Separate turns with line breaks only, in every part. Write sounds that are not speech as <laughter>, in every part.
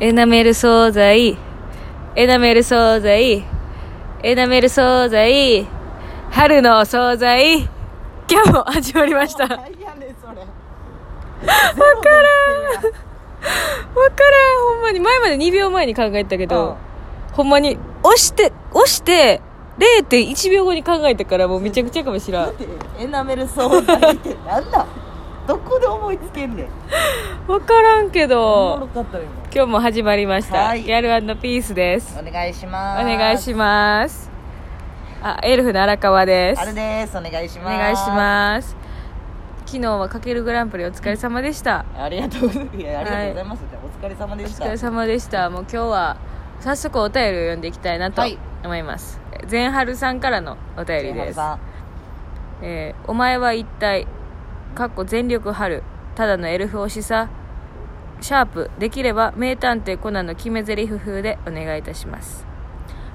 エナメル惣菜、エナメル惣菜、エナメル惣菜、春の惣菜、今日も始まりました。わか
何やねんそれ
らん。わからん、ほんまに。前まで2秒前に考えてたけど、ほんまに、押して、押して、0.1秒後に考えたからもうめちゃくちゃかもしらん。
だってエナメル惣菜ってなんだどこで思いつけんねん
わからんけ
おも
ど
ろ、かったよ今
今日も始まりました。
はい
やるアンドピースです。
お願いし
お
ます
願いします。あ、エルフの荒川です。
あれですお願いし
お
ます
願いします昨日はかけるグランプリお疲れ様でした
すありがとういやありがとうございます、じゃあお疲れ様
お
でした
疲れ様でしたもう今日は早速お便りを読んでいきたいなと
はい
思います、前春さんからのお便りです
さ
「えーお前は一体かっこ全力春ただのエルフ推しさ」シャープできれば名探偵コナンの決め台詞風でお願いいたします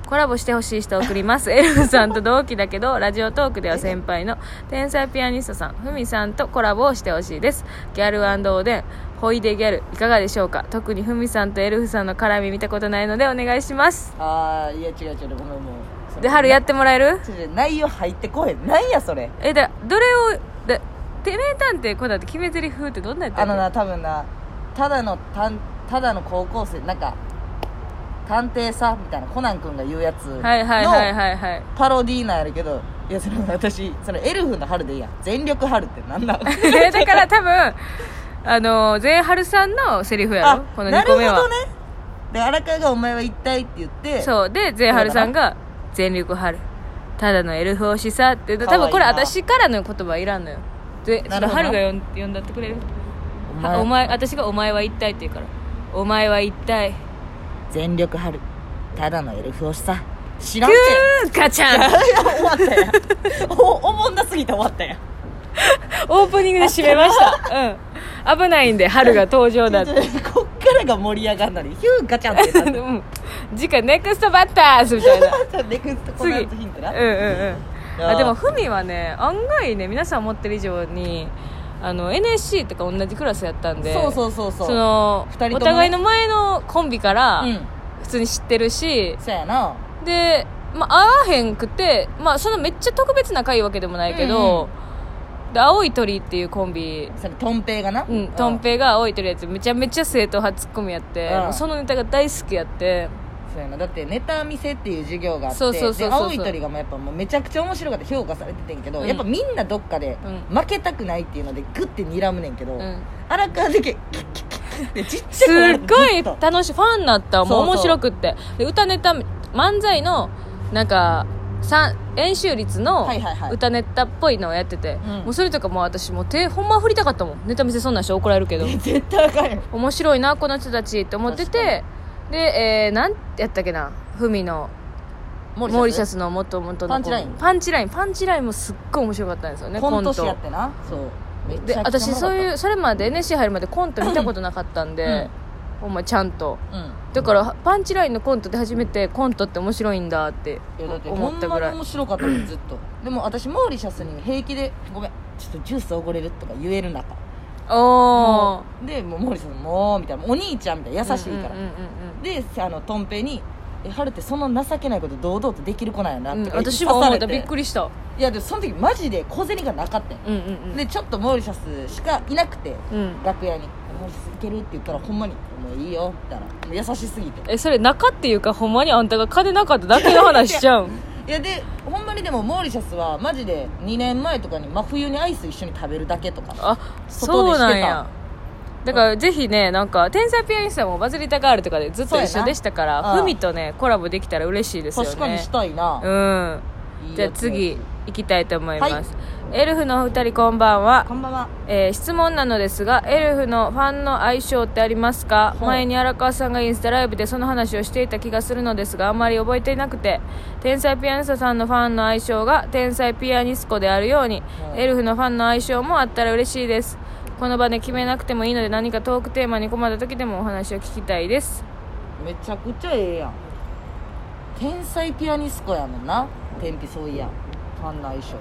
コラボしてほしい人送りますエルフさんと同期だけどラジオトークでは先輩の天才ピアニストさんふみさんとコラボをしてほしいですギャルおでんホイデギャルいかがでしょうか特にふみさんとエルフさんの絡み見たことないのでお願いします
んあーいや違う違うごめんもう
で春やっててもらえる
内容入ってこへんなんやそれ
えだどれをだて名探偵コナンって決め台詞風ってどんなやった
あ
っけ
のな多分なただのたんただの高校生なんか探偵さみたいなコナン君が言うやつの、
はいはいはいはいはい
パロディーなんやるけどいやその私そのエルフの春でいいやん全力春ってなんだ
え <laughs> だから多分あの前春さんのセリフやろこの
な
2
る
個
ほ
目は、
どねで荒川が「お前は一体」って言ってう
そうで前春さんが「全力春ただのエルフ推しさ」って多
かわいいな
分これ私からの言葉はいらんのよで
な
そ
る
の
ほどな
春が呼ん呼んだってくれる
お
はお前私が「お前は一体」って言うから「お前は一体」
全力春ただのエルフ推しさ知らん
キ
て
ューンガチャ
<laughs>
ン
いや終わったやんおおもんなすぎて終わったやん
オープニングで締めましたうん危ないんで春が登場だって
ちょちょこっからが盛り上がんのにヒューガチャンってなって
うん次回ネクストバッターズみたいな
ネクスト <laughs> コ
次
ナンとヒントな
うんうんうんあ
あ
でもふみはね案外ね皆さん思ってる以上にあの NSC とか同じクラスやったんで
そう
う
そうそうそう
の
二人ともね
お互いの前のコンビから
うん
普通に知ってるし、
そうやな
で、まあ、会わへんくて、まあ、そのめっちゃ特別仲いいわけでもないけど、で青い鳥っていうコンビ
それトンペイがな
うん、とんぺいが青い鳥やつめちゃめちゃ正統派ツッコミやって、
うん
もうそのネタが大好きやって
そうやなだってネタ見せっていう授業があって
そうそうそうそう
で青い鳥がもうやっぱもうめちゃくちゃ面白かった評価されててんけど、
うん
やっぱみんなどっかで
う
負けたくないっていうのでグッて睨むねんけど、
うん
荒川だけキッキッキッキッってちっち
す
ゃい
っごい
ずっと
楽しいファンになったもう
そう
面
そう
白くってで歌ネタ漫才のなんかさん演習率の
はいはいはい
歌ネタっぽいのをやってて、
うん
もうそれとかもう私もう手ほんまは振りたかったもんネタ見せそんなんして怒られるけど
絶対あかんやん
面白いなこの人たちって思っててで、えー、なんてやったっけなふみのモーリシャスの元々の子
パンチライン
パンチラインパンチラインもすっごい面白かったんですよね
コント師
ト
やってなそうめっち
で
ゃくちゃ
私そういうそれまで NSC 入るまでコント見たことなかったんで、ほんまちゃんと
うんい
だからパンチラインのコントで初めてコントって面白いんだって
やだってほ
思
ん
っ
ま
た
に
ぐらい
面白かったもんずっとでも私モーリシャスに平気でごめんちょっとジュースおごれるとか言えるなと
おお
でもうモーリシャスもうみたいなお兄ちゃんみたいな優しいから、であのトンペイに「えハルってそんな情けないこと堂々とできる子なんやな」とか言って
私も思ったび
刺
っ
されて
くりした
いやでもその時マジで小銭がなかったんよ
うんうん
でちょっとモーリシャスしかいなくて
うんうん
楽屋に「モーリシャスいける?」って言ったらほんまに「もういいよ」みたいなもう優しすぎて
えそれ中っていうかほんまにあんたが金なかっただけの話しちゃうん
いやでほんまにでもモーリシャスはマジで2年前とかに真冬にアイス一緒に食べるだけとか
あ
外
そ
でしてた
うなんやだからぜひねなんか天才ピアニストもバズりたガールとかでずっと一緒でしたか
そうやなう
ら
ん
ふみとねコラボできたら嬉しいですよね
確かにしたいな、
うん
いい
じゃあ
やつ
次行きたいと思います、エルフのお二人こんばんは
こんばんは
えー質問なのですがエルフのファンの相性ってありますか
はい
前に荒川さんがインスタライブでその話をしていた気がするのですがあまり覚えていなくて天才ピアニストさんのファンの相性が天才ピアニスコであるように、
はい
エルフのファンの相性もあったら嬉しいですこの場で決めなくてもいいので何かトークテーマに困った時でもお話を聞きたいです
めちゃくちゃええやん天才ピアニスコやもんな天日そういやファンの相性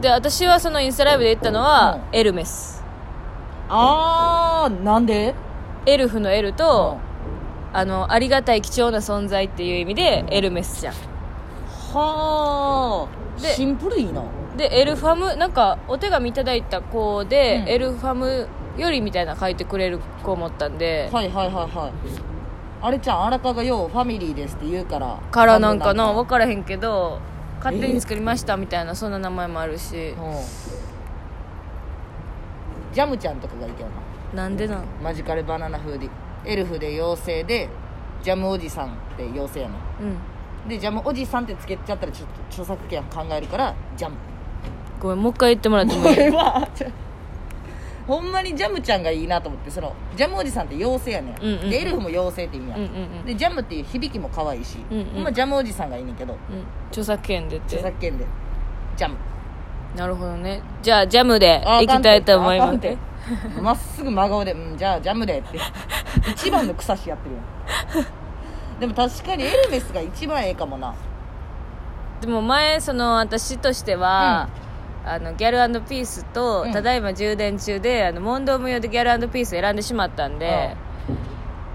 で私はそのインスタライブで言ったの
うん
はエルメス
あーなんで
エルフのエルと、あのありがたい貴重な存在っていう意味でエルメスじゃん
はあ
で
シンプルいいな
でエルファムなんかお手紙いただいた子で、
うん
エルファムよりみたいなの書いてくれる子思ったんで、
はいはいはいはいあれちゃん荒川がようファミリーですって言うから
からなんかな分
か
からへんけど勝手に作りましたみたいなそんな名前もあるし、
ジャムちゃんとかがいけんな
なんでなん
マジカルバナナ風でエルフで妖精でジャムおじさんって妖精やな
うん
でジャムおじさんってつけちゃったらちょっと著作権考えるからジャム
ごめんもう一回言ってもらっても
こ
い
<laughs>
い
れはちょほんまにジャムちゃんがいいなと思ってそのジャムおじさんって妖精やねん,、
うんうんうん
でエルフも妖精って意味や、
うんうんうん
でジャムっていう響きも可愛いし、
うんうん
ほんまジャムおじさんがいいねんけど
うん著作権でっ
著
て
作権でジャム
なるほどねじゃあジャムで
あ
いきたいと思いま
あ
す
かんてまっすぐ真顔で「うんじゃあジャムで」って一番の草しやってるよでも確かにエルメスが一番ええかもな
でも前その私としては、あのギャルピースと、
うん
ただいま充電中であの問答無用でギャルピース選んでしまったんで、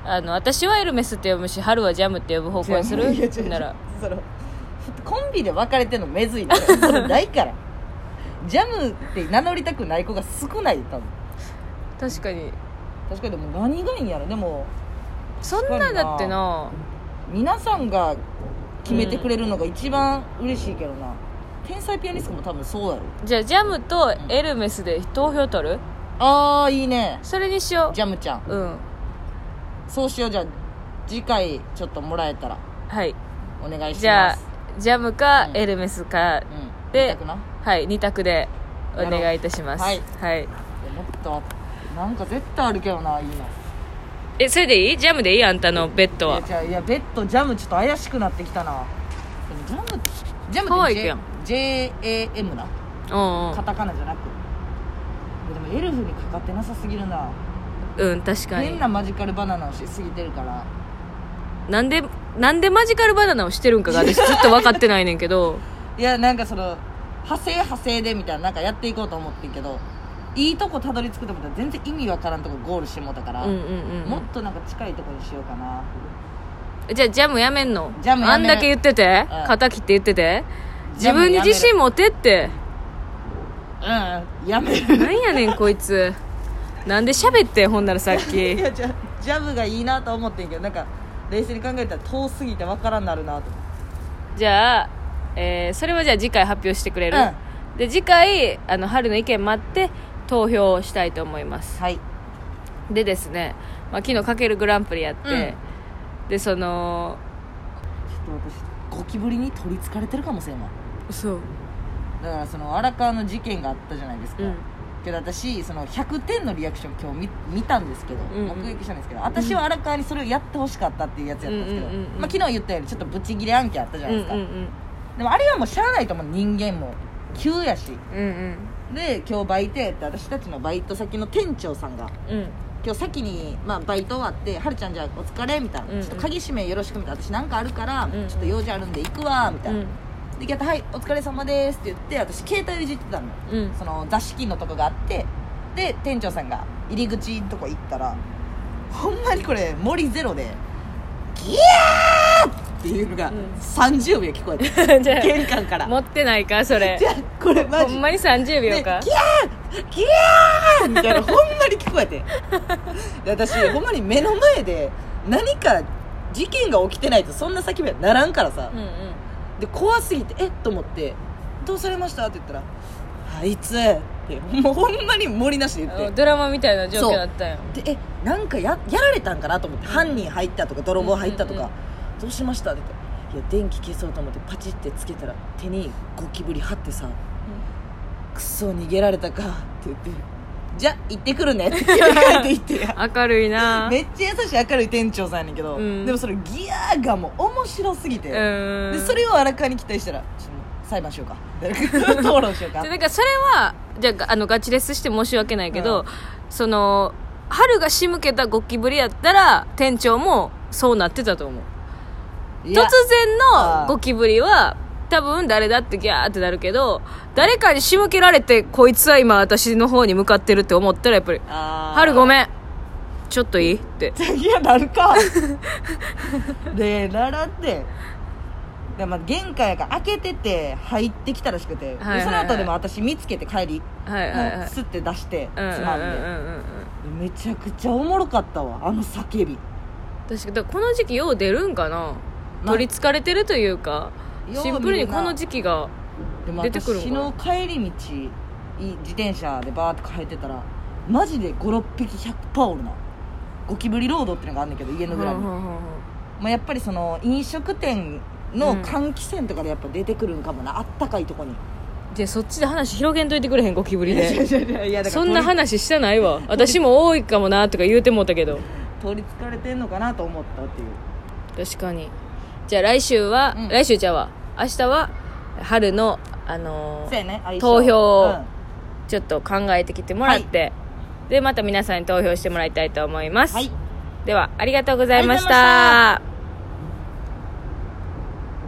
あの私はエルメスって呼ぶし春はジャムって呼ぶ方向にする
いや違う違う
なら
そのコンビで分かれてんのめずいからそれない <laughs> からジャムって名乗りたくない子が少ない多分
確かに
確かにでも何がいいんやろでも
そんなだってな
皆さんが決めてくれるのが一番嬉しいけどな、天才ピアニストも多分そうだよ
じゃあジャムとエルメスで投票取る
ああいいね
それにしよ
ジャムちゃん
ううん
そうしようじゃあ次回ちょっともらえたら
はい
お願いします
じゃあジャムか
うん
エルメスか、
うん
で
見たくな
はい2択でお願いいたします
はい
はい、
もっとなんか絶対あるけどないいな
えそれでいいジャムでいいあんたのベッドはい
や違ういやベッドジャムちょっと怪しくなってきたなでもジャムジャムって
可愛いやん
J- JAM な
うんうん
カタカナじゃなくでもエルフにかかってなさすぎるな
うん確かに
変なマジカルバナナをしすぎてるから
なんでなんでマジカルバナナをしてるんかが私ずっと分かってないねんけ
<laughs>
ど
いやなんかその派生派生でみたいななんかやっていこうと思ってんけどいいとこたどり着くと思ったら全然意味わからんとこゴールしてもうたか
うん
ら、
うんう
もっとなんか近いとこにしようかなん
じゃあジャムやめんの
ジャムやめる
あんだけ言ってて
うん
肩切って言ってて
ジ
自
ャムやめ
分
る
に自信持てって
うんやめる
なんやねんこいつなんで喋ってんほんならさっき
<laughs> いやじゃジャブがいいなと思ってんけどなんか冷静に考えたら遠すぎてわからんなるなと
じゃあ、えーそれはじゃあ次回発表してくれる、
う
で次回あの春の意見待って投票したいと思います
はい
でですね、まあ、昨日かけるグランプリやって、でその
ちょっと私ゴキブリに取りつかれてるかもしれない
そう
だからその荒川の事件があったじゃないですか、
うん
けど私その100点のリアクション今日見見たんですけど、
うんうん
目撃したんですけど私は荒川にそれをやってほしかったっていうやつやったんですけど、
うんうんうんうん
まあ、昨日言ったようにちょっとブチギレ案件あったじゃ
う
ない
ん
ですか、
うん
でもあれはもうしゃあないと思う人間も急やし
うんうん
で今日バイトやって私たちのバイト先の店長さんが
うん
今日先に、まあ、バイト終わって「はるちゃんじゃあお疲れ」みたいな、
うんうん
ちょっと鍵閉めよろしく」みたいな「私なんかあるから、
んうん
ちょっと用事あるんで行くわ」みた
う
いな、
ん
で「やったはいお疲れ様です」って言って私携帯をいじってたのよ
うん
その座敷のとこがあってで店長さんが入り口のとこ行ったらほんまにこれ森ゼロで「ギャー!」っていうのが
ん
30秒聞こえて、
<laughs> じゃあ
玄関から
持ってないかそれ
じゃあこれマ
ほ
ジ
んまに30秒か
でギャーギャーみたいなほんまに聞こえ
<laughs>
てで私ほんまに目の前で何か事件が起きてないとそんな叫びはならんからさ、
うんうん
で怖すぎてえっと思って「どうされました?」って言ったら「あいつ」ってもうほんまに森なしで言
あの
っ
ドラマみたいな状況だったよ
てでえなんかややられたんかなと思って、犯人入ったとか泥棒入ったとか、
うんうん
どうしましたって言ったら「いや電気消そうと思ってパチってつけたら手にゴキブリ貼ってさ、くそ逃げられたか」って言って「じゃ行ってくるね」って言って行って。
明るいな
<laughs> めっちゃ優しい明るい店長さんやねんけど、
うん
でもそれギアがもう面白すぎて、
うん
でそれを荒川に期待したらちょっと裁判し
<laughs>
ようか <laughs> 討論しよう
じ
か
ゃあなんかそれはじゃああのガチレスして申し訳ないけど、
うん
その春が仕向けたゴキブリやったら店長もそうなってたと思う突
突
然
あー
のゴキブリは多分誰だってギャーってなるけど誰かに仕向けられてこいつは今私の方に向かってるって思ったらやっぱり「春ご
ん
めんちょっといいって
いやなるかでならってで、まあ、玄関やから開けてて入ってきたらしくて、で
はいはい
その後でも私見つけて帰り、
はいはいはい
スッて出してつ
うんうん
まんで、
うんうんうん
めちゃくちゃおもろかったわあの叫び
確かにだからこの時期よう出るんかな
な
取りつかれてるというか
よう
シンプルに
見るな
この時期が
でも
出てくるんか
私
な
の帰り道い自転車でバーって帰ってたらマジで56匹100パーおるなゴキブリロードっていうのがあんねんけど家の裏に、
うんう
ま
んうんうん
あ、やっぱりその飲食店
う
の
ん
換気扇とかでやっぱ出てくるんかもな、あったかいとこに
でそっちで話広げんといてくれへんゴキブリで
いやだか
そ
ら
んな話したないわ私も多いかもなとか言うてもうたけど
通り疲れてんのかなと思ったっていう
確かにじゃあ来週は、
うん
来週じゃあわ明日は春のあの
そ
ー
うやね
投票をちょっと考えてきてもらって、でまた皆さんに投票してもらいたいと思います、
はい
ではありがとうございまし
ありがとうございました